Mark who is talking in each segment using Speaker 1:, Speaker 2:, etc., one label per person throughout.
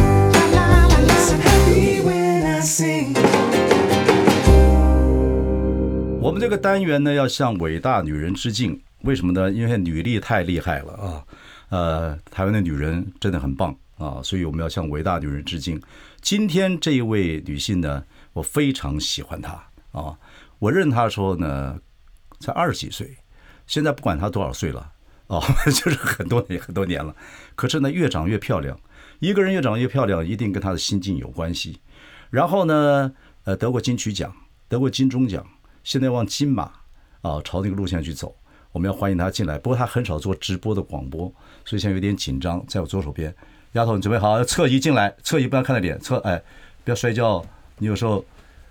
Speaker 1: It's happy when I sing.
Speaker 2: 我们这个单元呢，要向伟大女人致敬。为什么呢？因为女力太厉害了啊！呃，台湾的女人真的很棒啊，所以我们要向伟大女人致敬。今天这一位女性呢，我非常喜欢她啊。我认她的时候呢，才二十几岁，现在不管她多少岁了，哦， 就是很多年很多年了。可是呢，越长越漂亮。一个人越长越漂亮，一定跟她的心境有关系。然后呢，呃，得过金曲奖，得过金钟奖，现在往金马啊朝那个路线去走。我们要欢迎她进来，不过她很少做直播的广播，所以现在有点紧张。在我左手边，丫头，你准备好，侧移进来，侧移不要看她脸，侧哎，不要摔跤哦，你有时候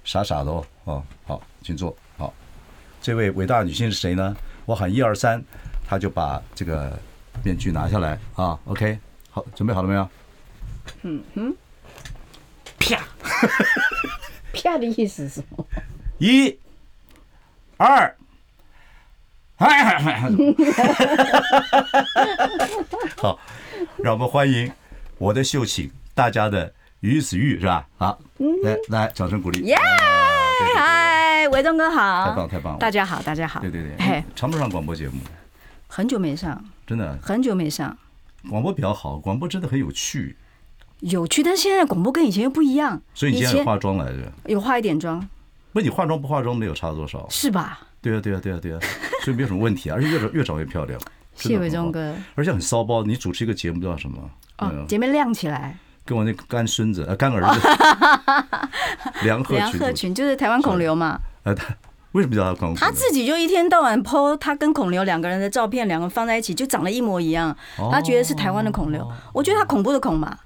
Speaker 2: 傻傻的哦。哦，好，请坐，好。这位伟大女性是谁呢？我喊一二三，她就把这个面具拿下来啊。OK，好，准备好了没有？
Speaker 3: 啪的意思是什么？
Speaker 2: 一、二，哎， 好，让我们欢迎我的秀请大家的于子玉是吧？好，来来，掌声鼓励。
Speaker 3: 嗯耶
Speaker 2: 对对对
Speaker 3: 哎嗨，维东哥好，
Speaker 2: 太棒太棒了
Speaker 3: 大家好，大家好，
Speaker 2: 对对对
Speaker 3: 嘿，，
Speaker 2: 常不上广播节目，
Speaker 3: 很久没上，
Speaker 2: 真的
Speaker 3: 很久没上，
Speaker 2: 广播比较好，广播真的很有趣，
Speaker 3: 有趣，但现在广播跟以前又不一样，
Speaker 2: 所以你今天有
Speaker 3: 前
Speaker 2: 化妆来着？
Speaker 3: 有化一点妆
Speaker 2: 不，你化妆不化妆没有差多少？
Speaker 3: 是吧？
Speaker 2: 对啊，对啊，对啊，对啊，所以没有什么问题啊，而且越长越长越漂亮。
Speaker 3: 谢谢伟忠哥，
Speaker 2: 而且很骚包。你主持一个节目叫什么？呃
Speaker 3: 哦，姐妹亮起来，
Speaker 2: 跟我那个干孙子、呃干儿 子梁鹤群
Speaker 3: 梁鹤
Speaker 2: 主持，
Speaker 3: 群就是台湾孔刘嘛，
Speaker 2: 呃，他为什么叫他关公？
Speaker 3: 他自己就一天到晚 PO 他跟孔刘两个人的照片，两个人放在一起就长得一模一样，
Speaker 2: 哦
Speaker 3: 他觉得是台湾的孔刘，我觉得他恐怖的恐嘛，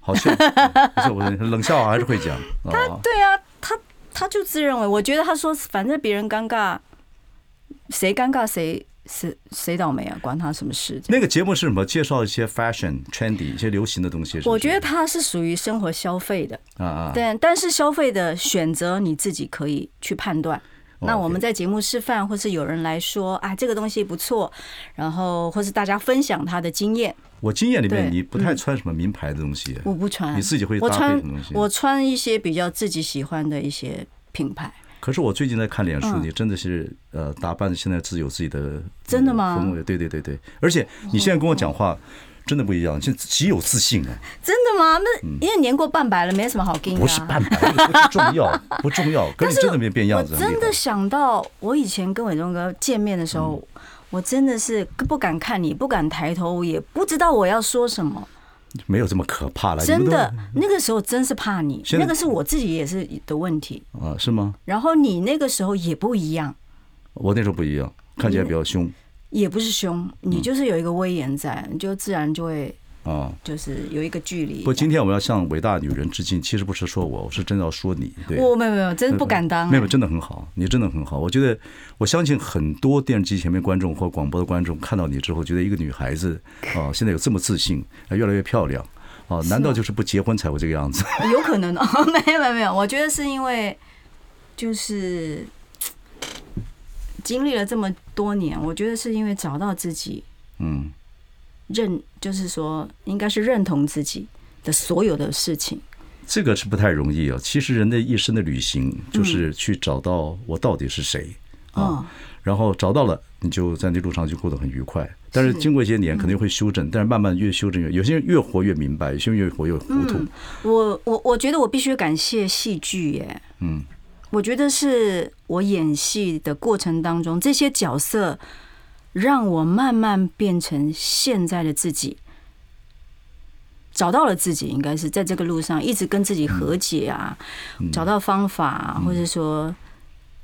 Speaker 2: 好笑，不是我冷笑话还是会 讲。哦，
Speaker 3: 对啊，他他就自认为，我觉得他说反正别人尴尬，谁尴尬谁谁谁倒霉啊，关他什么事？
Speaker 2: 那个节目是什么？介绍一些 fashion、trendy 一些流行的东西是不是。
Speaker 3: 我觉得他是属于生活消费的，
Speaker 2: 得啊啊，
Speaker 3: 但但是消费的选择你自己可以去判断。那
Speaker 2: 哦
Speaker 3: 我们在节目示范，或是有人来说啊，这个东西不错，然后或是大家分享他的经验。
Speaker 2: 我经验里面
Speaker 3: 对
Speaker 2: 你不太穿什么名牌的东西，
Speaker 3: 我不穿，
Speaker 2: 你自己会
Speaker 3: 我
Speaker 2: 搭配
Speaker 3: 穿
Speaker 2: 什么东西
Speaker 3: 我穿一些比较自己喜欢的一些品牌。
Speaker 2: 可是我最近在看脸书，
Speaker 3: 嗯
Speaker 2: 你真的是呃，打扮得现在自有自己的
Speaker 3: 真的吗哦
Speaker 2: 呃风味，对对对对，而且你现在跟我讲话真的不一样，现在极有自信啊，
Speaker 3: 真的吗？那因为年过半百了，没什么好跟的、
Speaker 2: 嗯
Speaker 3: 啊。
Speaker 2: 不是半白，不重要，不重 要，可
Speaker 3: 但
Speaker 2: 是
Speaker 3: 是
Speaker 2: 你真的没变样子，
Speaker 3: 我
Speaker 2: 很厉
Speaker 3: 真的
Speaker 2: 害。
Speaker 3: 想到，我以前跟伟忠哥见面的时候，
Speaker 2: 嗯
Speaker 3: 我真的是不敢看你，不敢抬头，也不知道我要说什么。
Speaker 2: 没有这么可怕了，你们
Speaker 3: 真
Speaker 2: 都
Speaker 3: 的，那个时候真是怕你，
Speaker 2: 现在
Speaker 3: 那个是我自己也是的问题。
Speaker 2: 啊，是吗？
Speaker 3: 然后你那个时候也不一样，
Speaker 2: 我那时候不一样，看起来比较凶
Speaker 3: 也不是凶，你就是有一个威严在，你就自然就会
Speaker 2: 啊。
Speaker 3: 就是有一个距离
Speaker 2: 不，。今天我要向伟大女人致敬，其实不是说我，我是真的要说你，对。
Speaker 3: 我没有没有，真不敢当、
Speaker 2: 嗯
Speaker 3: 啊
Speaker 2: 没有，真的很好，你真的很好。我觉得，我相信很多电视机前面观众或广播的观众看到你之后，觉得一个女孩 子啊，现在有这么自信，啊越来越漂亮啊，难道就是不结婚才会这个 样子？
Speaker 3: 有可能哦，没有没有没有，我觉得是因为就是经历了这么多年，我觉得是因为找到自己
Speaker 2: 嗯，
Speaker 3: 认，就是说应该是认同自己的所有的事情。
Speaker 2: 这个是不太容易啊。其实人的一生的旅行，就是去找到我到底是谁啊
Speaker 3: 嗯，
Speaker 2: 然后找到了，你就在那路上就过得很愉快。但是
Speaker 3: 是嗯
Speaker 2: 经过一些年，肯定会修正，但是慢慢越修正越，有些人越活越明白，有些人越活越糊涂。
Speaker 3: 嗯我我我觉得我必须感谢戏剧耶，
Speaker 2: 嗯，
Speaker 3: 我觉得是我演戏的过程当中，这些角色让我慢慢变成现在的自己，找到了自己，应该是在这个路上一直跟自己和解啊，
Speaker 2: 嗯
Speaker 3: 找到方法、啊，或者说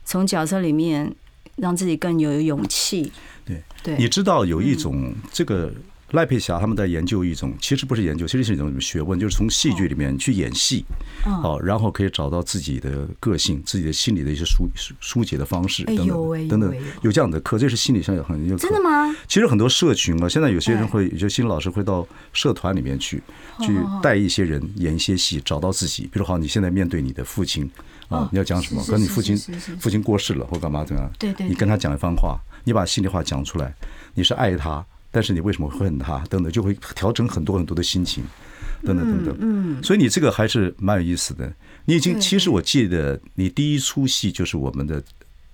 Speaker 3: 从角色里面让自己更有勇气。
Speaker 2: 对
Speaker 3: 对，
Speaker 2: 你知道有一种这个赖佩霞他们在研究一种，其实不是研究，其实是一种学问，就是从戏剧里面去演戏，
Speaker 3: 嗯
Speaker 2: 哦，然后可以找到自己的个性、自己的心理的一些疏疏疏解的方式
Speaker 3: 哎
Speaker 2: 等
Speaker 3: 有哎
Speaker 2: 等等等
Speaker 3: 有哎有，
Speaker 2: 有这样的课，这是心理上有很有
Speaker 3: 真的吗？
Speaker 2: 其实很多社群啊，现在有些人
Speaker 3: 哎
Speaker 2: 会，有些心理老师会到社团里面去，
Speaker 3: 哦
Speaker 2: 去带一些人演一些戏，找到自己。比如好，你现在面对你的父亲啊，你要讲什么？
Speaker 3: 哦是是
Speaker 2: 跟你
Speaker 3: 是
Speaker 2: 父亲
Speaker 3: 是是是
Speaker 2: 父亲过世了或干嘛怎么样？
Speaker 3: 对对
Speaker 2: 你跟他讲一番话，你把心里话讲出来，你是爱他，但是你为什么恨他？等等，就会调整很多很多的心情，等等等等。嗯，所以你这个还是蛮有意思的。你已经，
Speaker 3: 对
Speaker 2: 其实我记得你第一出戏就是我们的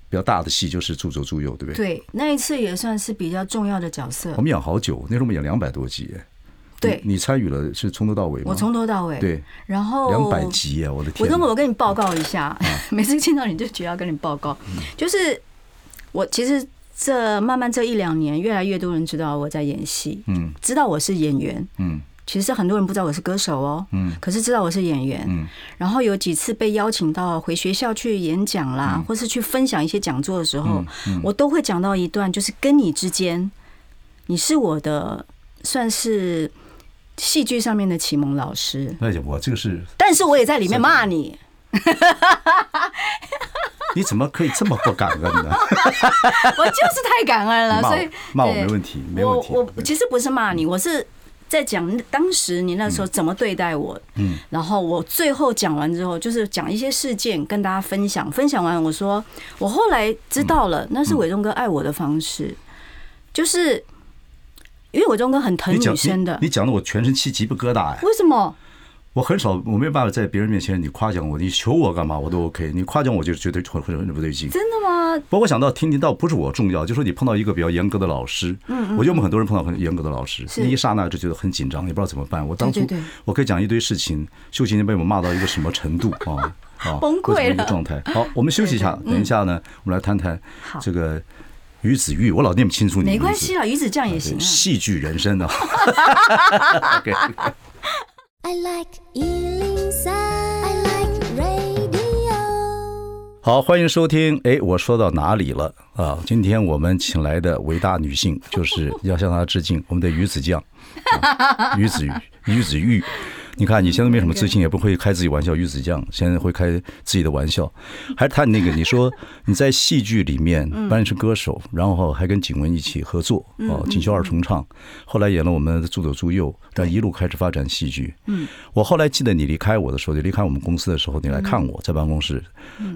Speaker 2: 比较大的戏，就是《助左助右》，对不对？
Speaker 3: 对，那一次也算是比较重要的角色
Speaker 2: 我。们演好久，那时候我们演两百多集。哎
Speaker 3: 对
Speaker 2: 你你参与了是从头到尾吗？
Speaker 3: 我从头到尾。
Speaker 2: 对
Speaker 3: 然后
Speaker 2: 两百嗯集啊，我的
Speaker 3: 我
Speaker 2: 天哪！
Speaker 3: 那么我跟你报告一下， 每次见到你就觉得要跟你报告，
Speaker 2: 嗯
Speaker 3: 就是我其实这慢慢这一两年，越来越多人知道我在演戏，
Speaker 2: 嗯
Speaker 3: 知道我是演员。
Speaker 2: 嗯
Speaker 3: 其实很多人不知道我是歌手哦，
Speaker 2: 嗯
Speaker 3: 可是知道我是演员。
Speaker 2: 嗯
Speaker 3: 然后有几次被邀请到回学校去演讲啦，
Speaker 2: 嗯
Speaker 3: 或是去分享一些讲座的时候，我都会讲到一段，就是跟你之间，你是我的算是戏剧上面的启蒙老师，
Speaker 2: 而且哎我这个是，
Speaker 3: 但是我也在里面骂你。
Speaker 2: 你怎么可以这么不感恩呢？
Speaker 3: 我就是太感恩了，
Speaker 2: 你骂我
Speaker 3: 所以
Speaker 2: 骂我
Speaker 3: 对
Speaker 2: 没问题没问题
Speaker 3: 我我其实不是骂你，我是在讲当时你那时候怎么对待我。嗯，然后我最后讲完之后，就是讲一些事件跟大家分享。分享完，我说我后来知道了，那是伟忠哥爱我的方式，就是因为伟忠哥很疼
Speaker 2: 你讲
Speaker 3: 女生的
Speaker 2: 你，你。讲的我全身起鸡皮疙瘩呀！
Speaker 3: 为什么？
Speaker 2: 我很少，我没有办法在别人面前你夸奖我，你求我干嘛我都 OK，你夸奖我就觉得很很很不对劲。
Speaker 3: 真的吗？
Speaker 2: 包括想到听听到不是我重要，就说你碰到一个比较严格的老师，嗯，我觉得我们很多人碰到很严格的老师，
Speaker 3: 是
Speaker 2: 那一刹那就觉得很紧张，也不知道怎么办。我当初
Speaker 3: 对对对
Speaker 2: 我可以讲一堆事情，秀琴被我骂到一个什么程 度啊啊，
Speaker 3: 崩溃
Speaker 2: 或者什么一个
Speaker 3: 了嗯
Speaker 2: 状态。好，我们休息一下，等一下呢，我们来谈谈
Speaker 3: 好
Speaker 2: 这个于子玉，我老念不清楚你的
Speaker 3: 没
Speaker 2: 名字
Speaker 3: 关系啦，鱼子酱也行
Speaker 2: 对
Speaker 3: 啊。
Speaker 2: 戏剧人生啊。OK。
Speaker 4: I like Ealing Sound. I like radio.
Speaker 2: 好，欢迎收听。哎，我说到哪里了啊？今天我们请来的伟大女性，就是要向她致敬，我们的鱼子酱，啊、鱼子鱼子玉。你看，你现在没什么自信，也不会开自己玩笑，鱼子酱现在会开自己的玩笑，还谈那个，你说你在戏剧里面，本来你是歌手，然后还跟景文一起合作，哦，锦绣二重唱，后来演了我们的《助左助右》，但一路开始发展戏剧。嗯，我后来记得你离开我的时候，你离开我们公司的时候，你来看我在办公室，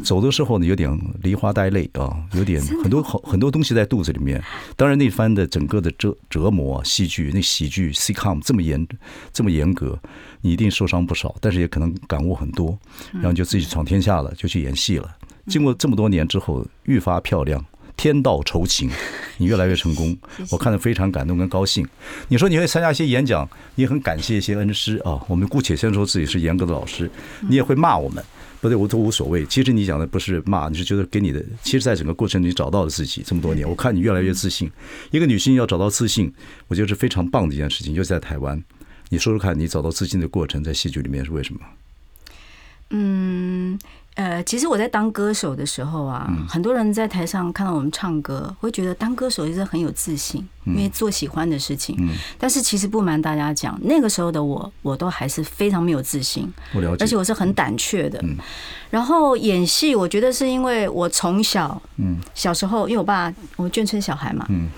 Speaker 2: 走的时候呢，有点梨花带泪啊，有点很多很很多东西在肚子里面。当然那番的整个的折折磨，啊戏剧那喜剧 sitcom 这么严这么严格，你一定受伤不少，但是也可能感悟很多，然后就自己闯天下了，就去演戏了。经过这么多年之后，愈发漂亮。天道酬勤，你越来越成功，我看得非常感动跟高兴。你说你会参加一些演讲，你也很感谢一些恩师啊。我们姑且先说自己是严格的老师，你也会骂我们，不对，我都无所谓。其实你讲的不是骂，你是觉得给你的，其实在整个过程你找到了自己。这么
Speaker 3: 嗯
Speaker 2: 多年，我看你越来越自信。一个女性要找到自信，我觉得是非常棒的一件事情，尤其在台湾。你说说看，你找到自信的过程在戏剧里面是为什么？
Speaker 3: 嗯，呃，其实我在当歌手的时候啊，很多人在台上看到我们唱歌，会觉得当歌手也是很有自信，因为做喜欢的事情。但是其实不瞒大家讲，那个时候的我，我都还是非常没有自信，
Speaker 2: 我了解嗯
Speaker 3: 而且，我是很胆怯的。然后演戏，我觉得是因为我从小，
Speaker 2: 嗯
Speaker 3: 小时候因为我爸，我眷村小孩嘛，
Speaker 2: 嗯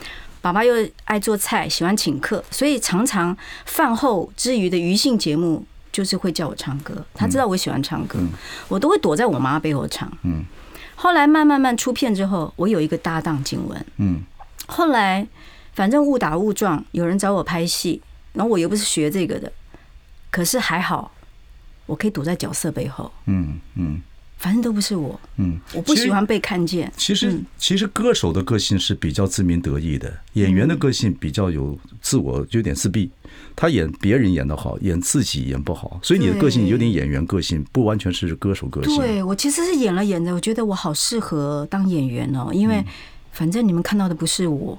Speaker 3: 爸爸又爱做菜，喜欢请客，所以常常饭后之余的余兴节目，就是会叫我唱歌。他知道我喜欢唱歌，我都会躲在我妈背后唱。
Speaker 2: 嗯，
Speaker 3: 后来慢慢慢出片之后，我有一个搭档景文，
Speaker 2: 嗯
Speaker 3: 后来反正误打误撞，有人找我拍戏，然后我又不是学这个的，可是还好，我可以躲在角色背后，
Speaker 2: 嗯嗯
Speaker 3: 反正都不是我，
Speaker 2: 嗯，
Speaker 3: 我不喜欢被看见。
Speaker 2: 其实，其实歌手的个性是比较自鸣得意的，演员的个性比较有自我，有点自闭。他演别人演得好，演自己演不好，所以你的个性有点演员个性，不完全是歌手个性。
Speaker 3: 对我其实是演了演着，我觉得我
Speaker 2: 嗯
Speaker 3: 好适合当演员哦，因为反正你们看到的不是我，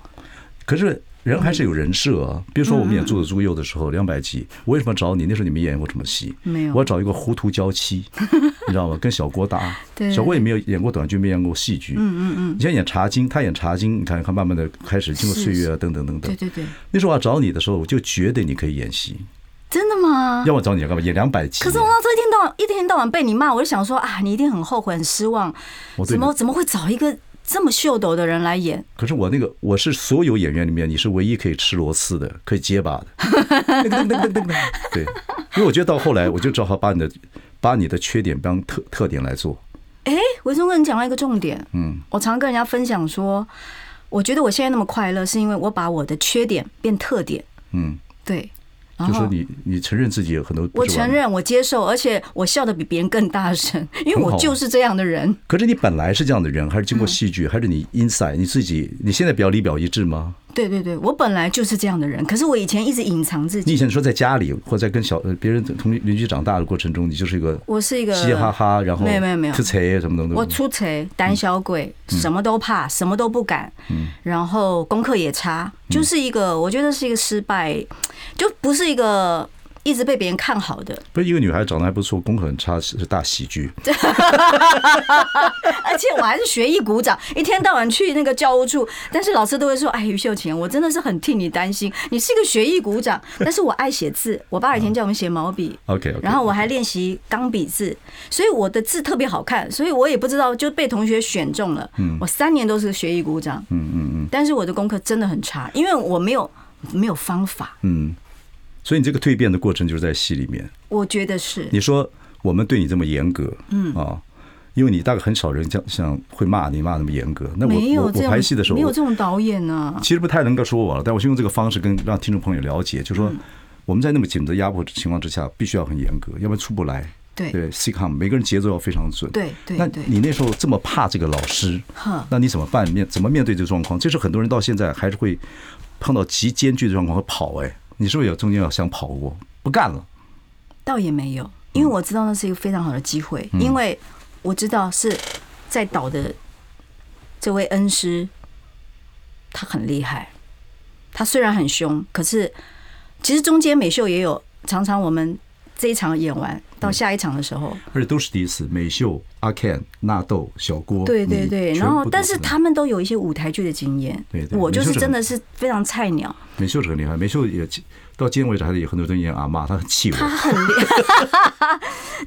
Speaker 2: 可是人还是有人设啊。比如说我们演《住子朱佑》的时候，两百集，我为什么找你？那时候你们演过什么戏？
Speaker 3: 嗯没有
Speaker 2: 我要找一个糊涂娇 妻，你知道吗？跟小郭搭。
Speaker 3: 对
Speaker 2: 小郭也没有演过短剧，没演过戏剧。嗯嗯嗯。你像演茶经，他演茶经，你看看慢慢的开始经过
Speaker 3: 是
Speaker 2: 岁月啊，等等等等
Speaker 3: 对。对对，
Speaker 2: 那时候我要找你的时候，我就觉得你可以演戏。
Speaker 3: 真的吗？
Speaker 2: 要我找你干嘛？演两百集。
Speaker 3: 嗯可是我那时候一天到晚一天到晚被你骂，我就想说啊，你一定很后悔、很失望，
Speaker 2: 我对
Speaker 3: 怎
Speaker 2: 你
Speaker 3: 么怎么会找一个这么秀逗的人来演？
Speaker 2: 可是我那个我是所有演员里面，你是唯一可以吃螺丝的，可以结巴的。 噔噔噔噔噔噔对，因为我觉得到后来，我就只好把你的把你的缺点当特特点来做。
Speaker 3: 哎，维忠哥，你讲到一个重点，嗯，我常跟人家分享说，我觉得我现在那么快乐，是因为我把我的缺点变特点，
Speaker 2: 嗯，
Speaker 3: 对，然
Speaker 2: 就说
Speaker 3: 后
Speaker 2: 你你承认自己有很多不啊
Speaker 3: 哦我
Speaker 2: 是完
Speaker 3: 承
Speaker 2: 美。
Speaker 3: 认，我接受，而且我笑得比别人更大声，因为
Speaker 2: 很好
Speaker 3: 我
Speaker 2: 啊
Speaker 3: 就是这样的人。
Speaker 2: 可是你本来是这样的人，还是经过
Speaker 3: 嗯
Speaker 2: 戏剧，还是你 inside 你自己？你现在表里表一致吗？
Speaker 3: 对对对，我本来就是这样的人，可是我以前一直隐藏自
Speaker 2: 你
Speaker 3: 己，
Speaker 2: 以前说在家里或在跟小呃别人同邻居长大的过程中，你就是一个
Speaker 3: 我是一个
Speaker 2: 嘻嘻哈哈，然后
Speaker 3: 没有没有没有
Speaker 2: 吃贼什么东西。
Speaker 3: 我出贼，胆小鬼，什么都怕，什么都不敢，然后功课也差，就是一个我觉得是一个失败，就不是一个一直被别人看好的，
Speaker 2: 不是一个女孩长得还不错，功课很差，是是大喜剧。
Speaker 3: 而且我还是学艺鼓掌，一天到晚去那个教务处，但是老师都会说：“哎，于秀琴，我真的是很替你担心，你是一个学艺鼓掌，但是我爱写字，我爸以前叫我们写毛笔。”
Speaker 2: OK OK。
Speaker 3: 然后我还练习钢笔字，所以我的字特别好看，所以我也不知道就被同学选中了。
Speaker 2: 嗯
Speaker 3: 我三年都是学艺鼓掌，嗯嗯嗯，但是我的功课真的很差，因为我没有没有方法，
Speaker 2: 嗯，所以你这个蜕变的过程就是在戏里面。
Speaker 3: 我觉得是
Speaker 2: 你说我们对你这么严格，嗯啊，因为你大概很少人像像会骂你骂那么严格。那我
Speaker 3: 没有
Speaker 2: 我
Speaker 3: 这
Speaker 2: 我
Speaker 3: 种
Speaker 2: 拍戏的时候，
Speaker 3: 没有
Speaker 2: 我
Speaker 3: 这种导演啊呢、
Speaker 2: 其实不太能够说我了，但我是用这个方式跟让听众朋友
Speaker 3: 嗯
Speaker 2: 了解，就说我们在那么紧的压迫情况之下，必须要很严格，要不然出不来。
Speaker 3: 对
Speaker 2: 对，sitcom 每个人节奏要非常准。
Speaker 3: 嗯对对
Speaker 2: 那
Speaker 3: 对
Speaker 2: 你那时候这么怕这个老师
Speaker 3: 哼，
Speaker 2: 那你怎么办？面怎么面对这个状况？这是很多人到现在还是会碰到极艰巨的状况会跑。哎，你是不是有中间有想跑过？不干了。
Speaker 3: 倒也没有，因为我知道那是一个非常好的机会，
Speaker 2: 嗯
Speaker 3: 因为我知道是在岛的这位恩师，他很厉害。他虽然很凶，可是其实中间美秀也有常常我们这一场演完
Speaker 2: 嗯
Speaker 3: 到下一场的时候，
Speaker 2: 而且都是第一次，美秀、阿 Ken、纳豆、小郭，
Speaker 3: 对对
Speaker 2: 你
Speaker 3: 对，
Speaker 2: 全
Speaker 3: 然
Speaker 2: 部
Speaker 3: 后
Speaker 2: 都
Speaker 3: 但是他们都有一些舞台剧的经验，
Speaker 2: 对对
Speaker 3: 我就
Speaker 2: 美秀
Speaker 3: 是
Speaker 2: 是
Speaker 3: 真
Speaker 2: 很
Speaker 3: 的是非常菜鸟，
Speaker 2: 美秀是很厉害，美秀也到今天为止还是有很多人演阿妈，她很气 我，
Speaker 3: 很厉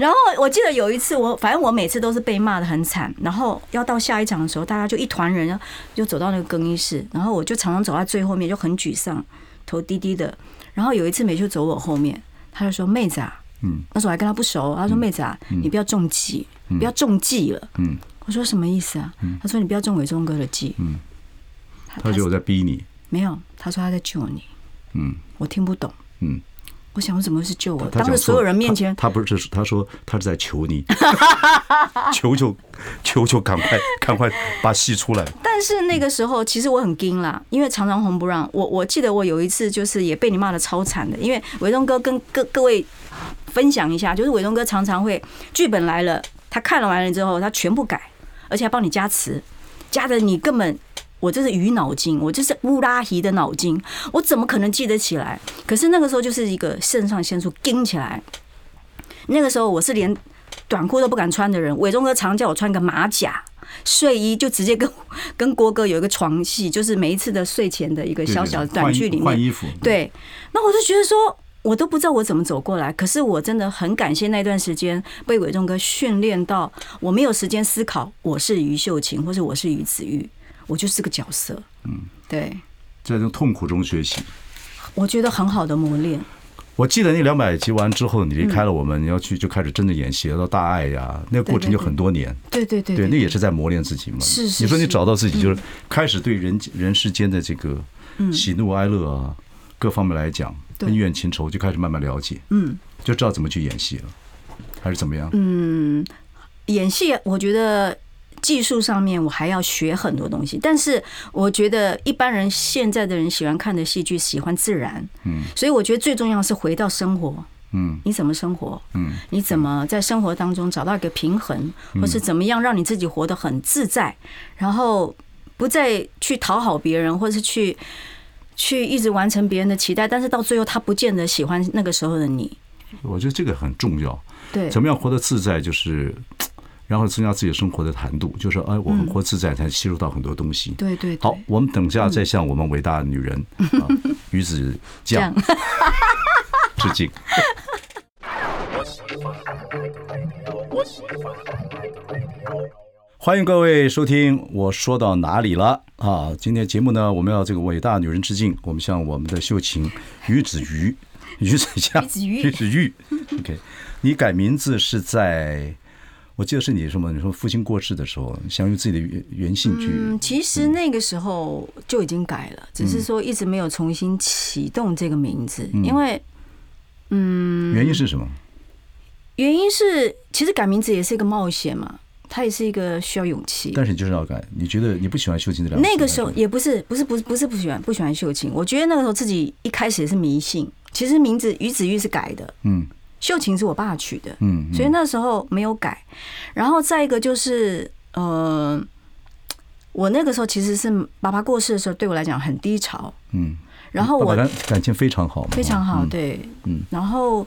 Speaker 3: 然后我记得有一次我，反正我每次都是被骂的很惨。然后要到下一场的时候，大家就一团人就走到那个更衣室，然后我就常常走在最后面，就很沮丧，头低低的。然后有一次美秀走我后面，她就说：“妹子啊，
Speaker 2: 嗯，
Speaker 3: 那时候我还跟她不熟，她说：妹子啊，你不要中计，不要中计了。”
Speaker 2: 嗯，
Speaker 3: 我说什么意思啊？她说：“你不要中伟忠哥的计。”嗯，
Speaker 2: 她觉得我在逼你，
Speaker 3: 没有，她说她在救你。
Speaker 2: 嗯
Speaker 3: 我听不懂。
Speaker 2: 嗯。
Speaker 3: 我想我怎么会是救我？
Speaker 2: 她
Speaker 3: 当着所有人面前，
Speaker 2: 她不是，她说她是在求 你，求求求求赶快赶快把戏出来，
Speaker 3: 但是那个时候其实我很惊啦，因为常常红不让我。我记得我有一次就是也被你骂的超惨的，因为伟东哥跟各各位分享一下，就是伟东哥常常会剧本来了，他看了完了之后，他全部改，而且还帮你加词，加的你根本。我这是鱼脑筋，我这是乌拉提的脑筋，我怎么可能记得起来？可是那个时候就是一个肾上腺素顶起来，那个时候我是连短裤都不敢穿的人，伟忠哥常叫我穿个马甲睡衣，就直接跟跟郭哥有一个床戏，就是每一次的睡前的一个
Speaker 2: 对
Speaker 3: 小
Speaker 2: 对
Speaker 3: 小的
Speaker 2: 对
Speaker 3: 短
Speaker 2: 换衣
Speaker 3: 剧里面
Speaker 2: 换衣服，
Speaker 3: 对，那我就觉得说，我都不知道我怎么走过来。可是我真的很感谢那段时间被伟忠哥训练到，我没有时间思考我是于秀琴，或者我是于子玉，我就是个角色。嗯，对，
Speaker 2: 在这种痛苦中学习。
Speaker 3: 我觉得很好的磨练。
Speaker 2: 我记
Speaker 3: 嗯
Speaker 2: 得那两百集完之后，你离开了我们，你要去就开始真正演戏，到大爱呀，那个过程
Speaker 3: 对对
Speaker 2: 就
Speaker 3: 对
Speaker 2: 很多年。
Speaker 3: 对对对
Speaker 2: 对，那也是在磨练自己嘛。
Speaker 3: 是是
Speaker 2: 你说你
Speaker 3: 是嗯
Speaker 2: 找到自己，就是开始对人人世间的这个喜怒哀乐啊，各方面来讲，
Speaker 3: 对
Speaker 2: 恩怨情仇就开始慢慢了解，
Speaker 3: 嗯，
Speaker 2: 就知道怎么去演戏了，还是怎么样？
Speaker 3: 演戏，我觉得技术上面我还要学很多东西，但是我觉得一般人现在的人喜欢看的戏剧，喜欢自然，嗯，所以我觉得最重要是回到生活。
Speaker 2: 嗯，
Speaker 3: 你怎么生活？嗯，你怎么在生活当中找到一个平衡，
Speaker 2: 嗯
Speaker 3: 或是怎么样让你自己活得很自在，然后不再去讨好别人，或是去去一直完成别人的期待，但是到最后他不见得喜欢那个时候的你。
Speaker 2: 我觉得这个很重要。
Speaker 3: 对，
Speaker 2: 怎么样活得自在，就是，然后增加自己生活的谈度，就是哎，我
Speaker 3: 嗯
Speaker 2: 们活自在才吸收到很多东西。
Speaker 3: 对对对
Speaker 2: 好，我们等下再向我们伟大的女 人啊鱼子酱 致敬。欢迎各位收听，我说到哪里了啊？今天节目呢，我们要这个伟大女人致敬，我们向我们的秀琴于子瑜、于子酱、
Speaker 3: 于子瑜
Speaker 2: 于子 玉。OK，你改名字是在，我记得是你什么？你说父亲过世的时候，想用自己的原原姓去。
Speaker 3: 嗯，其实那个时候就已经改了，只
Speaker 2: 嗯
Speaker 3: 是说一直没有重新启动这个名字，因为嗯
Speaker 2: 原因是什么？
Speaker 3: 原因是其实改名字也是一个冒险嘛，它也是一个需要勇气。
Speaker 2: 但是你就是要改，你觉得你不喜欢秀琴这两个字
Speaker 3: 那个时候也不是不是不是不是不喜欢不喜欢秀琴，我觉得那个时候自己一开始也是迷信。其实名字于子玉是改的，
Speaker 2: 嗯
Speaker 3: 秀琴是我爸取的，
Speaker 2: 嗯嗯
Speaker 3: 所以那时候没有改。然后再一个就是，呃，我那个时候其实是爸爸过世的时候，对我来讲很低潮。
Speaker 2: 嗯，
Speaker 3: 然后
Speaker 2: 爸爸
Speaker 3: 我
Speaker 2: 感感情非常好嘛，
Speaker 3: 非常好，
Speaker 2: 嗯，
Speaker 3: 对，
Speaker 2: 嗯
Speaker 3: 然后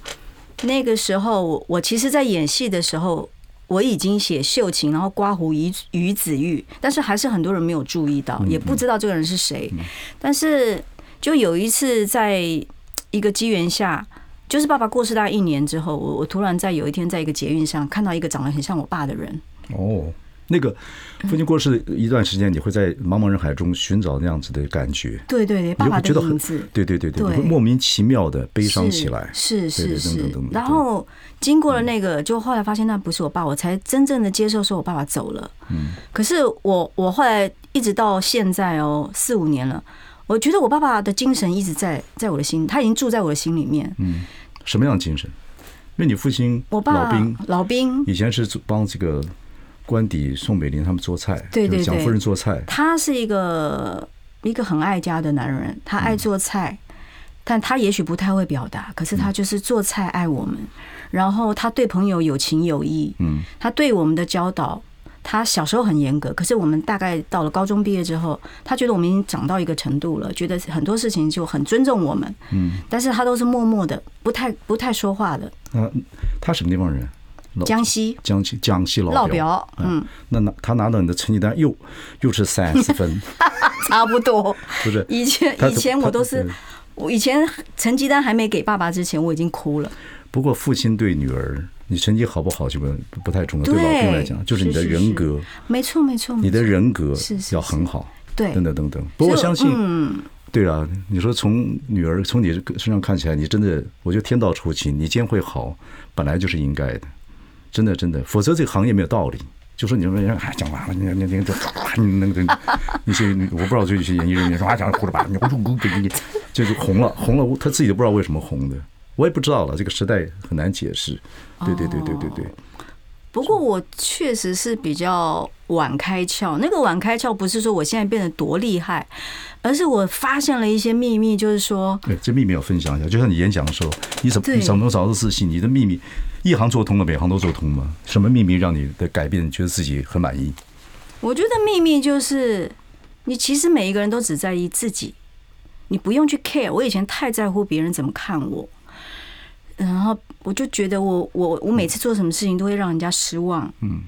Speaker 3: 那个时候，我我其实，在演戏的时候，我已经写秀琴，然后刮胡于于子玉，但是还是很多人没有注意
Speaker 2: 嗯
Speaker 3: 到，也不知道这个人是谁。但是就有一次，在一个机缘下，就是爸爸过世大概一年之后，我我突然在有一天在一个捷运上看到一个长得很像我爸的人，
Speaker 2: 哦。那个父亲过世的一段时间，你会在茫茫人海中寻找那样子的感觉，
Speaker 3: 对对对，爸
Speaker 2: 你就
Speaker 3: 爸
Speaker 2: 会觉
Speaker 3: 的
Speaker 2: 得
Speaker 3: 名
Speaker 2: 很
Speaker 3: 字，，
Speaker 2: 对对对对，
Speaker 3: 对
Speaker 2: 你会莫名其妙的悲伤
Speaker 3: 是
Speaker 2: 起来。
Speaker 3: 是
Speaker 2: 对嗯
Speaker 3: 是
Speaker 2: 等等
Speaker 3: 是
Speaker 2: 等等。
Speaker 3: 然后经过了那个，就后来发现那不是我爸，我才真正的接受说我爸爸走了。嗯，可是我我后来一直到现在哦，四五年了，我觉得我爸爸的精神一直在在我的心，他已经住在我的心里面。
Speaker 2: 什么样的精神？因为你父亲
Speaker 3: 我爸
Speaker 2: 嗯老兵嗯
Speaker 3: 老兵，
Speaker 2: 以前是做帮这个官邸宋美龄他们做菜，
Speaker 3: 对
Speaker 2: 就是
Speaker 3: 对
Speaker 2: 蒋
Speaker 3: 对
Speaker 2: 夫人做菜，
Speaker 3: 他是一个一个很爱家的男人，他
Speaker 2: 嗯
Speaker 3: 爱做菜，但他也许不太会表达，可是
Speaker 2: 嗯
Speaker 3: 他就是做菜爱我们，然后他对朋友有情有义，
Speaker 2: 嗯，
Speaker 3: 他对我们的教导。他小时候很严格，可是我们大概到了高中毕业之后，他觉得我们已经长到一个程度了，觉得很多事情就很尊重我们。嗯，但是他都是默默的，不太不太说话的。
Speaker 2: 啊，他什么地方人？老
Speaker 3: 江西
Speaker 2: 江西江西老
Speaker 3: 老表，嗯，
Speaker 2: 那拿他拿到你的成绩单又又是三十分，
Speaker 3: 差 不多。
Speaker 2: 不是？
Speaker 3: 以前
Speaker 2: 他
Speaker 3: 以前
Speaker 2: 他
Speaker 3: 我都是
Speaker 2: 对，
Speaker 3: 我以前成绩单还没给爸爸之前，我已经哭了。
Speaker 2: 不过父亲对女儿，你成绩好不好就不不太重要，对老兵来讲，就是你的人格，
Speaker 3: 是没错没错，
Speaker 2: 你的
Speaker 3: 没错
Speaker 2: 人格
Speaker 3: 是是
Speaker 2: 要很好，
Speaker 3: 对
Speaker 2: 等等等等。不过我相信，
Speaker 3: 嗯，
Speaker 2: 对啊，你说从女儿从你身上看起来，你真的，我觉得天道酬勤，你今天会好，本来就是应该的，真的真的，否则这个行业没有道理。就说你说人家哎讲完了，你你你就你那个那些我不知道就一些演艺人员说啊讲胡说八道，你你你就是红了红了，他自己都不知道为什么红的，我也不知道了，这个时代很难解释。对对对对对对，
Speaker 3: 不过我确实是比较晚开窍。那个晚开窍不是说我现在变得多厉害，而是我发现了一些秘密，就是说，
Speaker 2: 对这秘密要分享一下，就像你演讲的时候，你怎么
Speaker 3: 对
Speaker 2: 你怎么找到自信？你的秘密，一行做通了，每行都做通吗？什么秘密让你的改变觉得自己很满意？
Speaker 3: 我觉得秘密就是你其实每一个人都只在意自己，你不用去 care。我以前太在乎别人怎么看我，然后我就觉得我我我每次做什么事情都会让人家失望，嗯，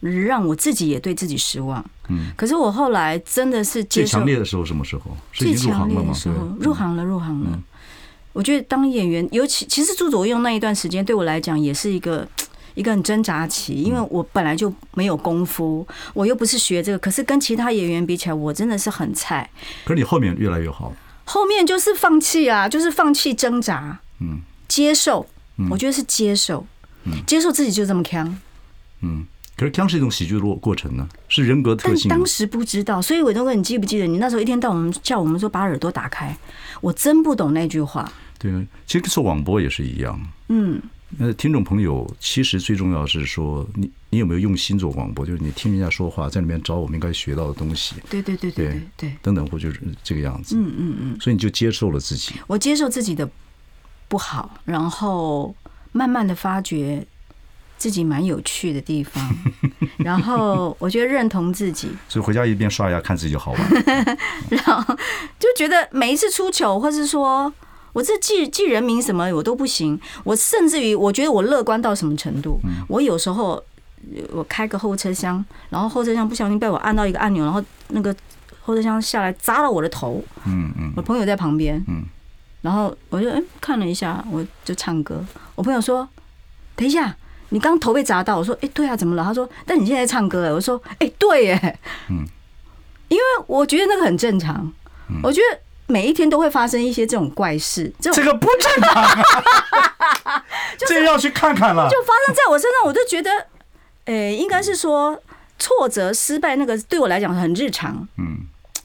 Speaker 3: 让我自己也对自己失望，嗯。可是我后来真的是接
Speaker 2: 最
Speaker 3: 受
Speaker 2: 强烈的时候什么时候？是
Speaker 3: 最
Speaker 2: 已经入
Speaker 3: 强
Speaker 2: 行
Speaker 3: 烈
Speaker 2: 了
Speaker 3: 的
Speaker 2: 吗？
Speaker 3: 时
Speaker 2: 对嗯
Speaker 3: 候，，入行了，入行了。我觉得当演员，尤其其实朱左用那一段时间，对我来讲也是一个一个很挣扎期，
Speaker 2: 嗯
Speaker 3: 因为我本来就没有功夫，我又不是学这个，可是跟其他演员比起来，我真的是很菜。
Speaker 2: 可是你后面越来越好，
Speaker 3: 后面就是放弃啊，就是放弃挣扎，嗯，接受，我觉得是接受，接受自己就这么强。
Speaker 2: 嗯。可是僵是一种喜剧的过过程呢，是人格特
Speaker 3: 但
Speaker 2: 性吗。
Speaker 3: 当时不知道，所以伟东哥，你记不记得你那时候一天到晚叫我们说把耳朵打开？我真不懂那句话。
Speaker 2: 对啊，其实做广播也是一样。
Speaker 3: 嗯，
Speaker 2: 那听众朋友，其实最重要是说你你有没有用心做广播，就是你听人家说话，在里面找我们应该学到的东西，
Speaker 3: 对对对对对对。
Speaker 2: 等等，或就是这个样子。嗯嗯嗯。所以你就接受了自己。
Speaker 3: 我接受自己的不好，然后慢慢的发觉自己蛮有趣的地方， 然后我觉得认同自己，
Speaker 2: 所以回家一边刷牙看自己就好玩。
Speaker 3: 然后就觉得每一次出糗，或是说我这记记人名什么我都不行，我甚至于我觉得我乐观到什么程度，我有时候呃我开个后车厢，然后后车厢不小心被我按到一个按钮，然后那个后车厢下来砸到我的头，
Speaker 2: 嗯嗯
Speaker 3: 我朋友在旁边，
Speaker 2: 嗯
Speaker 3: 然后我就嗯看了一下，我就唱歌，我朋友说等一下。你刚头被砸到，我说，哎、对啊，怎么了？他说，但你现在在唱歌，哎，我说，哎、对，耶，
Speaker 2: 嗯，
Speaker 3: 因为我觉得那个很正常，我觉得每一天都会发生一些这种怪事，这
Speaker 2: 这
Speaker 3: 种
Speaker 2: 个不正常、 啊，这要去看看了。
Speaker 3: 就发生在我身上，我就觉得，诶、应该是说挫折、失败那个对我来讲很日常，
Speaker 2: 嗯，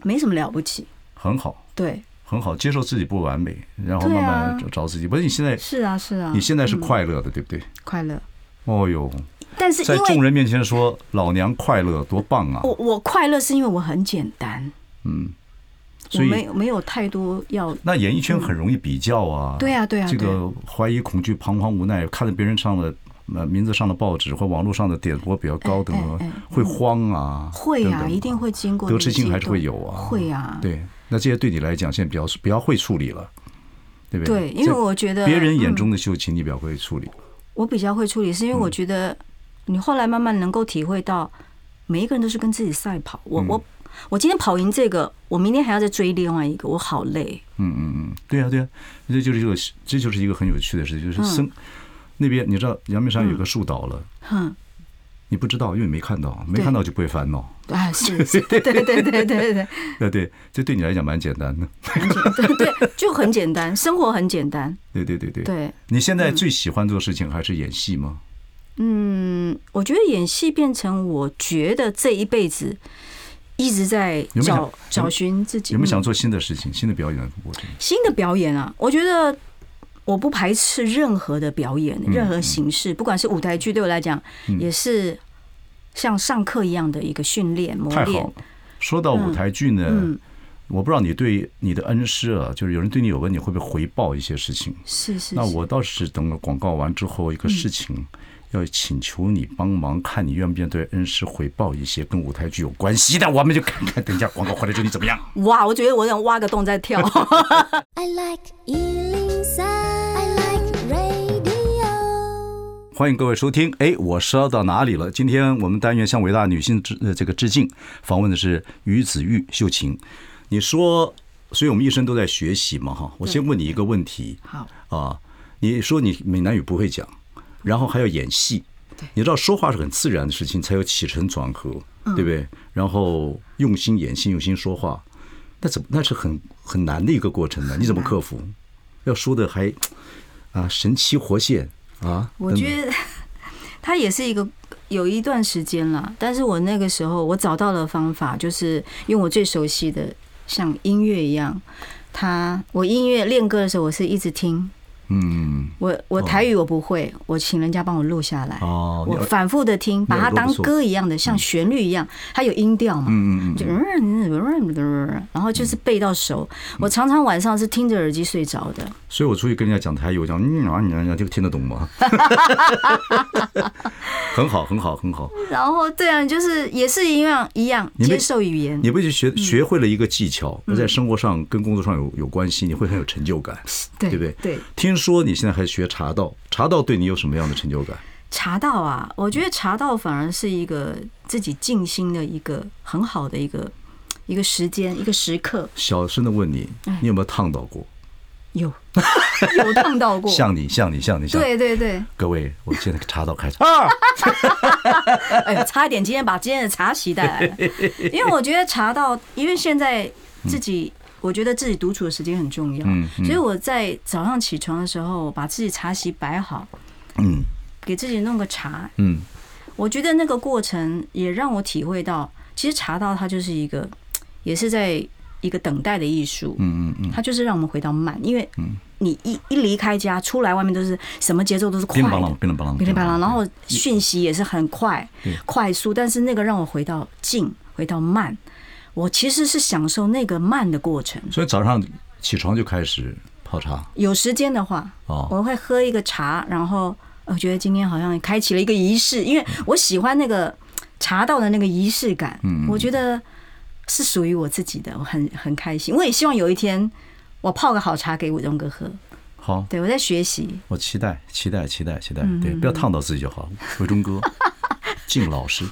Speaker 3: 没什么了不起。
Speaker 2: 很好，
Speaker 3: 对，
Speaker 2: 很好，接受自己不完美，然后
Speaker 3: 对
Speaker 2: 慢
Speaker 3: 啊
Speaker 2: 慢找自己。不是你现在，
Speaker 3: 是啊，是啊，
Speaker 2: 你现在是快乐的，对不对？
Speaker 3: 快乐，
Speaker 2: 哦呦，
Speaker 3: 但是
Speaker 2: 在
Speaker 3: 因
Speaker 2: 众
Speaker 3: 为哦
Speaker 2: 人面前说老娘快乐多棒啊！
Speaker 3: 我我快乐是因为我很简单，
Speaker 2: 嗯，
Speaker 3: 我
Speaker 2: 所
Speaker 3: 没
Speaker 2: 以
Speaker 3: 有没有太多要
Speaker 2: 那演艺圈很容易比较啊。
Speaker 3: 对啊对啊
Speaker 2: 这
Speaker 3: 对
Speaker 2: 个怀疑、恐惧、彷徨、无奈，看着别人上了。呃，名字上的报纸或网络上的点播比较高等等
Speaker 3: 哎哎哎，
Speaker 2: 会慌啊，
Speaker 3: 会
Speaker 2: 等
Speaker 3: 啊，
Speaker 2: 等
Speaker 3: 一定会经过
Speaker 2: 得
Speaker 3: 那个
Speaker 2: 失心
Speaker 3: 阶
Speaker 2: 还是会
Speaker 3: 段
Speaker 2: 有啊，
Speaker 3: 会啊，
Speaker 2: 对，那这些对你来讲，现在比较比较会处理了，对不对？
Speaker 3: 对因为
Speaker 2: 在
Speaker 3: 我觉得
Speaker 2: 别人眼
Speaker 3: 嗯
Speaker 2: 中的秀情，你比较会处理。
Speaker 3: 我比较会处理，是因为
Speaker 2: 嗯
Speaker 3: 我觉得你后来慢慢能够体会到，每一个人都是跟自己赛跑。我
Speaker 2: 嗯
Speaker 3: 我我今天跑赢这个，我明天还要再追另外一个，我好累。
Speaker 2: 嗯嗯嗯，对呀、对呀、这就是一个这就是一个很有趣的事
Speaker 3: 嗯
Speaker 2: 情，就是生、那边你知道阳明山有个树倒了，
Speaker 3: 哼，
Speaker 2: 你不知道，因为没看到，没看到就不会烦恼。
Speaker 3: 啊，是是，对对对对对对，
Speaker 2: 对对，这对你来讲蛮简单的。
Speaker 3: 很简对对，就很简单，生活很简单。
Speaker 2: 对对对对。
Speaker 3: 对，
Speaker 2: 你现在最喜欢做的事情还是演戏吗？
Speaker 3: 嗯，我觉得演戏变成我觉得这一辈子一直在
Speaker 2: 有没有想
Speaker 3: 找找寻自己。
Speaker 2: 有没有
Speaker 3: 嗯
Speaker 2: 想做新的事情、新的表演？我真的
Speaker 3: 新的表演啊，我觉得我不排斥任何的表演，
Speaker 2: 嗯
Speaker 3: 任何形式，不管是舞台剧，对我来讲、也是像上课一样的一个训练磨
Speaker 2: 太好
Speaker 3: 练
Speaker 2: 了。。说到舞台剧呢，
Speaker 3: 嗯，
Speaker 2: 我不知道你对你的恩师啊，就是有人对你有问，你会不会回报一些事情？
Speaker 3: 是是是。嗯
Speaker 2: 那我倒是等广告完之后，一个事情要请求你帮忙，看你愿不愿意对恩师回报一些跟舞台剧有关系的，我们就看看等一下广告回来之后你怎么样。
Speaker 3: 哇，我觉得我想挖个洞再跳。
Speaker 4: I like Ealing Sound. I like radio.
Speaker 2: 欢迎各位收听。哎，我说到哪里了？今天我们单元向伟大女性致呃这个致敬，访问的是于子玉秀琴。你说，所以我们一生都在学习嘛，哈。我先问你一个问题
Speaker 3: 好，嗯
Speaker 2: 啊，你说你闽南语不会讲，然后还要演戏，你知道说话是很自然的事情，才有起承转合，
Speaker 3: 嗯
Speaker 2: 对不对？然后用心演戏，用心说话，那怎么那是很很难的一个过程呢？你怎么克服？要说的还啊神气活现啊！
Speaker 3: 我
Speaker 2: 等等
Speaker 3: 觉得 它也是一个有一段时间了，但是我那个时候我找到了方法，就是用我最熟悉的，像音乐一样。它我音乐练歌的时候，我是一直听，
Speaker 2: 嗯，
Speaker 3: 我我台语我不会，我请人家帮我录下来，
Speaker 2: 哦你
Speaker 3: 我
Speaker 2: 耳
Speaker 3: 反复的听，把它
Speaker 2: 耳朵不
Speaker 3: 当
Speaker 2: 错嗯
Speaker 3: 歌一样的，像旋律一样，它有音调嘛，
Speaker 2: 嗯嗯嗯
Speaker 3: 就然后就是背到熟。我常常晚上是听着耳机睡着的，
Speaker 2: 所以我出去跟人家讲台语，我讲嗯啊你啊你啊，这个听得懂吗？很好，很好，很好。
Speaker 3: 然后对啊，就是也是一样一样
Speaker 2: 你
Speaker 3: 接
Speaker 2: 没
Speaker 3: 受语言
Speaker 2: 你，不就学学会了一个技巧，而在生活上跟工作上有有关系，你会很有成就感，
Speaker 3: 对
Speaker 2: 对不对？
Speaker 3: 对。
Speaker 2: 听说你现在还学茶道，茶道对你有什么样的成就感？
Speaker 3: 茶道啊，我觉得茶道反而是一个自己静心的一个很好的一个一个时间一个时刻，
Speaker 2: 小声的问你，你有没有烫到过？
Speaker 3: 有 有碰到过，
Speaker 2: 像你，像你，像你，像
Speaker 3: 对对对。
Speaker 2: 各位，我现在茶道开始啊！
Speaker 3: 哎呦，差一点今天把今天的茶席带来了，因为我觉得茶道，因为现在自己，我觉得自己独处的时间很重要，
Speaker 2: 嗯嗯
Speaker 3: 所以我在早上起床的时候，把自己茶席摆好，
Speaker 2: 嗯
Speaker 3: 给自己弄个茶，
Speaker 2: 嗯，
Speaker 3: 我觉得那个过程也让我体会到，其实茶道它就是一个，也是在一个等待的艺术，
Speaker 2: 嗯嗯嗯，
Speaker 3: 它就是让我们回到慢，因为你一一离开家，出来外面都是什么节奏都是快
Speaker 2: 乒乓
Speaker 3: 的
Speaker 2: 啷，，乒啷乓啷，
Speaker 3: 噼里啪啦，然后讯息也是很快
Speaker 2: 对、
Speaker 3: 快速，但是那个让我回到静，回到慢。我其实是享受那个慢的过程。
Speaker 2: 所以早上起床就开始泡茶。
Speaker 3: 有时间的话，
Speaker 2: 哦
Speaker 3: 我会喝一个茶，然后呃我觉得今天好像开启了一个仪式，因为
Speaker 2: 嗯
Speaker 3: 我喜欢那个茶道的那个仪式感，
Speaker 2: 嗯
Speaker 3: 我觉得是属于我自己的，我很很开心。我也希望有一天我泡个好茶给伟东哥喝。
Speaker 2: 好，
Speaker 3: 对我在学习，
Speaker 2: 我期待，期待，期待，期待，
Speaker 3: 嗯
Speaker 2: 对，不要烫到自己就好。伟忠 哥，敬老师，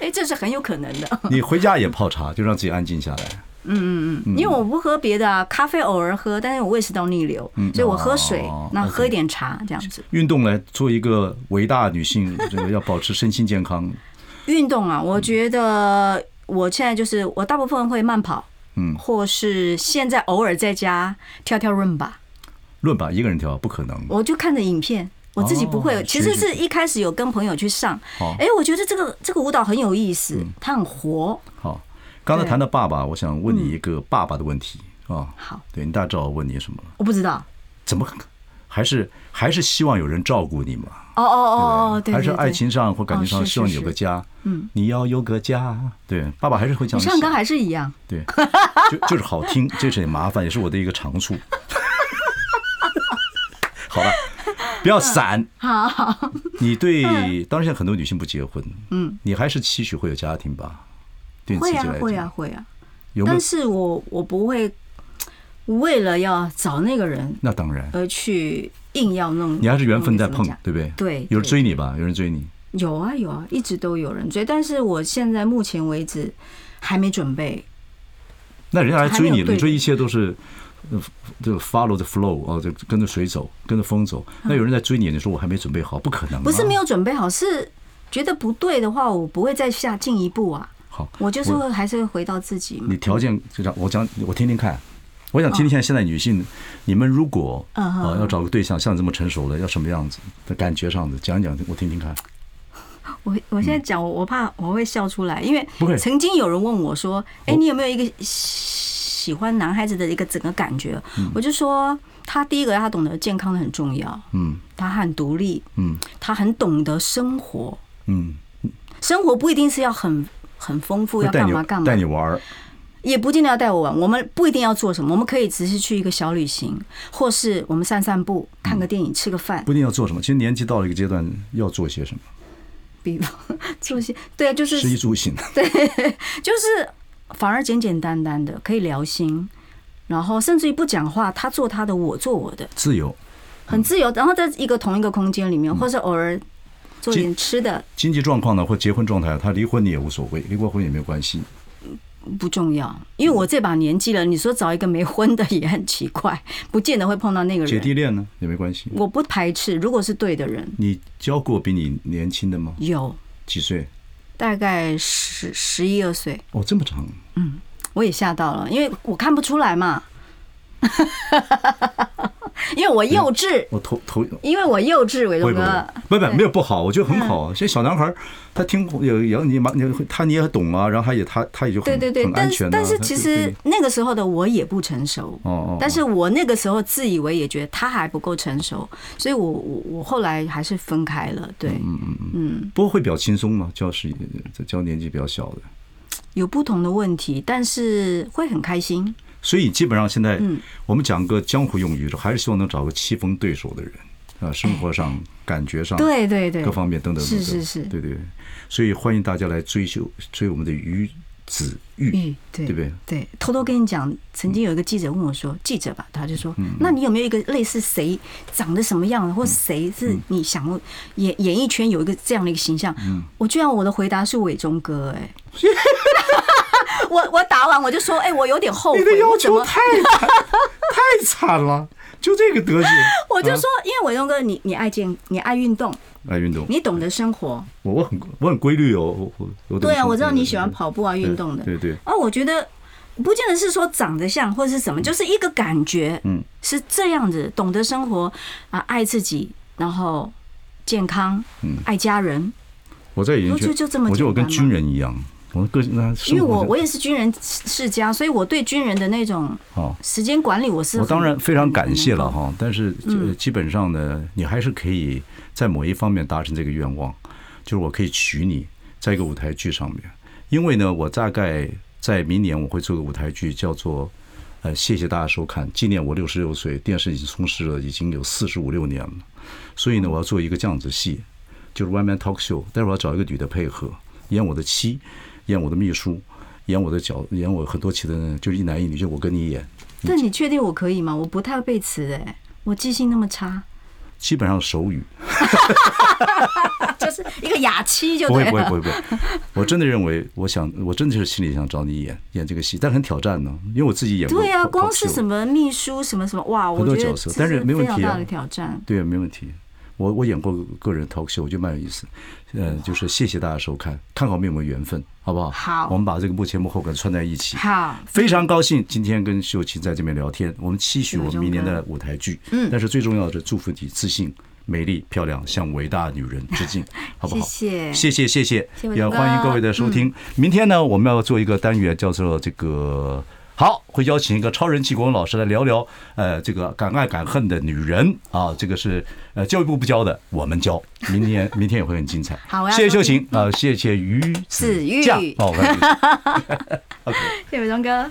Speaker 3: 哎，这是很有可能的，
Speaker 2: 你回家也泡茶，就让自己安静下来。嗯
Speaker 3: 因为我不喝别的啊，咖啡偶尔喝，但是我胃食道逆流，所以我喝水
Speaker 2: 嗯哦，
Speaker 3: 那喝一点茶这样子。
Speaker 2: 运动来做一个伟大女性，这个要保持身心健康。
Speaker 3: 运动啊，我觉得我现在就是我大部分会慢跑，
Speaker 2: 嗯
Speaker 3: 或是现在偶尔在家跳跳 run 吧，
Speaker 2: 论吧，一个人跳不可能。
Speaker 3: 我就看着影片。我自己不
Speaker 2: 哦
Speaker 3: 会，其实
Speaker 2: 学
Speaker 3: 是
Speaker 2: 习哦
Speaker 3: 一开始有跟朋友去上
Speaker 2: 好，
Speaker 3: 哎，我觉得这个这个舞蹈很有意思，
Speaker 2: 嗯
Speaker 3: 它很活。
Speaker 2: 好，刚才
Speaker 3: 对
Speaker 2: 谈到爸爸，我想问
Speaker 3: 嗯
Speaker 2: 你一个爸爸的问题啊。
Speaker 3: 好，
Speaker 2: 对你大概知道我问你什么了？
Speaker 3: 我不知道，
Speaker 2: 怎么还是还是希望有人照顾你嘛？
Speaker 3: 哦哦哦，对，
Speaker 2: 啊还
Speaker 3: 对
Speaker 2: 是爱。情
Speaker 3: 对
Speaker 2: 上或感情
Speaker 3: 哦
Speaker 2: 上
Speaker 3: 是
Speaker 2: 希望你
Speaker 3: 是
Speaker 2: 有个
Speaker 3: 是
Speaker 2: 家。嗯，你要有个家。对，爸爸还是会讲
Speaker 3: 你
Speaker 2: 这些。
Speaker 3: 唱歌还是一样，
Speaker 2: 对， 就就是好听，这是也麻烦，也是我的一个长处。 好了，不要散。好，
Speaker 3: 啊
Speaker 2: 你对，
Speaker 3: 嗯
Speaker 2: 当然现在很多女性不结婚，嗯，你还是期许会有家庭吧？对你自
Speaker 3: 会
Speaker 2: 己来
Speaker 3: 啊
Speaker 2: 讲，
Speaker 3: 会啊会啊，
Speaker 2: 有没有
Speaker 3: 但？是我我不会为了要找那个人
Speaker 2: 那当然，
Speaker 3: 而去硬要弄。
Speaker 2: 你还是缘分在
Speaker 3: 弄
Speaker 2: 碰
Speaker 3: 一个
Speaker 2: 对
Speaker 3: 怎么，
Speaker 2: 不对？
Speaker 3: 对
Speaker 2: 有人
Speaker 3: 对
Speaker 2: 追你吧？有人追你，
Speaker 3: 讲有啊有啊，一直都有人追，但是我现在目前为止还没准备。
Speaker 2: 那人家来追
Speaker 3: 还没
Speaker 2: 你
Speaker 3: 有
Speaker 2: 了，
Speaker 3: 对
Speaker 2: 你追一切都是。呃这个 follow the flow 哦，就跟着水走，跟着风走。那有人在追你，你说我还没准备好，不可能、啊。
Speaker 3: 嗯不是没有准备好，是觉得不对的话，我不会再下进一步啊。
Speaker 2: 好，
Speaker 3: 我就是会还是会回到自己嘛
Speaker 2: 你。条件就讲，我讲我听听看，我想听听现在现在女性，你们如果
Speaker 3: 嗯
Speaker 2: 啊、
Speaker 3: 嗯嗯
Speaker 2: 要找个对象，像你这么成熟的，要什么样子的感觉上的，讲一讲我听听看。
Speaker 3: 我我现在讲，我我怕我会笑出来，因为
Speaker 2: 嗯不会
Speaker 3: 曾经有人问我说：“哎、
Speaker 2: 我
Speaker 3: 你有没有一个喜欢男孩子的一个整个感觉？”我就说，他第一个他懂得健康很重要，
Speaker 2: 嗯
Speaker 3: 他很独立，
Speaker 2: 嗯
Speaker 3: 他很懂得生活，
Speaker 2: 嗯，
Speaker 3: 生活不一定是要很很丰富，要
Speaker 2: 带
Speaker 3: 干
Speaker 2: 你
Speaker 3: 嘛干嘛
Speaker 2: 带，你玩儿，
Speaker 3: 也不一定要带我玩。我们不一定要做什么，我们可以只是去一个小旅行，或是我们散散步，看个电影，吃个饭
Speaker 2: 嗯不。一定要做什么。其实年纪到了一个阶段，要做些什么，
Speaker 3: 比方 做些对啊，就
Speaker 2: 吃衣
Speaker 3: 是
Speaker 2: 住行。
Speaker 3: 就是反而简简单单的可以聊心，然后甚至于不讲话，他做他的，我做我的，
Speaker 2: 自由，
Speaker 3: 很自由。然后在一个同一个空间里
Speaker 2: 嗯
Speaker 3: 面，或是偶尔做
Speaker 2: 这
Speaker 3: 点吃的
Speaker 2: 经济状况呢，或结婚状态，他离婚你也无所谓，离过婚也没有关系。
Speaker 3: 不重要，因为我这把年纪了，你说找一个没婚的也很奇怪，不见得会碰到那个
Speaker 2: 姐弟
Speaker 3: 人。
Speaker 2: 恋呢也没关系。
Speaker 3: 我不排斥，如果是对的人，
Speaker 2: 你教过比你年轻的吗？
Speaker 3: 有
Speaker 2: 几岁？
Speaker 3: 大概十十一二岁，
Speaker 2: 哦，这么长，
Speaker 3: 我也吓到了，因为我看不出 来嘛，因为我幼稚，
Speaker 2: 我头头
Speaker 3: 因为我幼稚，伟
Speaker 2: 不嗯会
Speaker 3: 东
Speaker 2: 不
Speaker 3: 哥
Speaker 2: 会，不不没有不好，我觉得很好啊。现
Speaker 3: 嗯
Speaker 2: 在小男孩儿他听有有你妈，你他你也懂啊，然后他也他他也就很
Speaker 3: 对对对
Speaker 2: 很，安
Speaker 3: 但
Speaker 2: 全
Speaker 3: 是
Speaker 2: 啊。
Speaker 3: 但是
Speaker 2: 他
Speaker 3: 其
Speaker 2: 对
Speaker 3: 实
Speaker 2: 对
Speaker 3: 那个时候的我也不成熟，
Speaker 2: 哦哦哦
Speaker 3: 但是我那个时候自以为也觉得他还不够成熟，所以我我我后来还是分开了，
Speaker 2: 嗯
Speaker 3: 对，
Speaker 2: 不过会比较轻松嘛，教是教年纪比较小的，
Speaker 3: 有不同的问题，但是会很开心。
Speaker 2: 所以基本上现在
Speaker 3: 嗯
Speaker 2: 我们讲个江湖用语，还是希望能找个棋逢对手的人啊，生活上、感觉上、
Speaker 3: 对对对，
Speaker 2: 各方面等等等等，
Speaker 3: 是是是
Speaker 2: 对对。对所以欢迎大家来追求追我们的于子玉
Speaker 3: 嗯，，对
Speaker 2: 对不对？
Speaker 3: 对，偷偷跟你讲，曾经有一个记者问我说，记者吧，他就说，
Speaker 2: 嗯
Speaker 3: 那你有没有一个类似谁长得什么样，或谁是你想
Speaker 2: 嗯
Speaker 3: 要演演艺圈有一个这样的一个形象？我居然我的回答是伟忠 哥，哎。我 我打完我就说，哎、我有点后悔，
Speaker 2: 你的要
Speaker 3: 我怎
Speaker 2: 求
Speaker 3: 么？
Speaker 2: 太惨 太惨了，就这个德行。
Speaker 3: 我就说，因为伟忠哥，你你爱健，你爱运动，
Speaker 2: 来运动，
Speaker 3: 你懂得生活，
Speaker 2: 我我很我很规律哦，我我我懂
Speaker 3: 对啊，我知道
Speaker 2: 对对
Speaker 3: 你喜欢
Speaker 2: 对
Speaker 3: 跑步啊，运动的。
Speaker 2: 对对对
Speaker 3: 哦，我觉得不见得是说长得像或者是什么，就是一个感觉，
Speaker 2: 嗯，
Speaker 3: 是这样子，懂得生活啊，爱自己，然后健康，嗯，爱家人。
Speaker 2: 我在研
Speaker 3: 我
Speaker 2: 究，
Speaker 3: 就就这么
Speaker 2: 我觉得我
Speaker 3: 简单
Speaker 2: 跟
Speaker 3: 吗
Speaker 2: 军人一样，我个那
Speaker 3: 因为我我
Speaker 2: 也
Speaker 3: 也是军人世家，所以我对军人的那种
Speaker 2: 哦。
Speaker 3: 时间管理，我是
Speaker 2: 我当然嗯
Speaker 3: 很
Speaker 2: 非常感谢了。哈，但是呃基本上呢，你还是可以在某一方面达成这个愿望，就是我可以娶你在一个舞台剧上面，因为呢，我大概在明年我会做个舞台剧，叫做呃，谢谢大家收看，纪念我六十六岁。电视已经从事了已经有四十五六年了，所以呢，我要做一个这样子的戏，就是 one man talk show。待会儿要找一个女的配合，演我的妻，演我的秘书，演我的角，演我很多其他人，就是一男一女，就我跟你演。
Speaker 3: 但你确定我可以吗？我不太背词哎、我记性那么 差，
Speaker 2: 基本上手语，
Speaker 3: 就是一个雅妻就
Speaker 2: 不
Speaker 3: 对
Speaker 2: 会
Speaker 3: 了。
Speaker 2: 不会不会不会，我真的认为，我想我真的是心里想找你演演这个戏，但很挑战呢，因为我自己演过
Speaker 3: 对呀、
Speaker 2: talk- talk
Speaker 3: 光是
Speaker 2: show
Speaker 3: 什么秘书什么什么，哇，我
Speaker 2: 很多
Speaker 3: 觉得
Speaker 2: 角色
Speaker 3: 这
Speaker 2: 但是没问题啊
Speaker 3: 非常大的挑战。
Speaker 2: 对，没问题。我我演过个人 talk show，我觉得蛮有意思。呃，就是谢谢大家收看，看看我们有没有缘分，好不好？
Speaker 3: 好
Speaker 2: 我们把这个幕前幕后给串在一起。
Speaker 3: 好，
Speaker 2: 非常高兴今天跟秀琴在这边聊天，我们期许我们明年
Speaker 3: 啊
Speaker 2: 的舞台剧。嗯，但是最重要的，祝福你自信、美丽、漂亮，向伟大女人致 敬，好不好？
Speaker 3: 谢谢
Speaker 2: 谢谢，谢谢
Speaker 3: 谢伟，
Speaker 2: 也
Speaker 3: 大哥嗯
Speaker 2: 欢迎各位的收听。明天呢，我们要做一个单元，叫做这个。好，会邀请一个超人气功老师来聊聊，呃，这个敢爱敢恨的女人啊，这个是呃教育部不教的，我们教。明天明天也会很精彩。
Speaker 3: 好我要
Speaker 2: 谢谢秀
Speaker 3: 收听
Speaker 2: 琴，呃，谢谢于
Speaker 3: 子玉
Speaker 2: 酱哦，我看
Speaker 3: 谢伟东哥。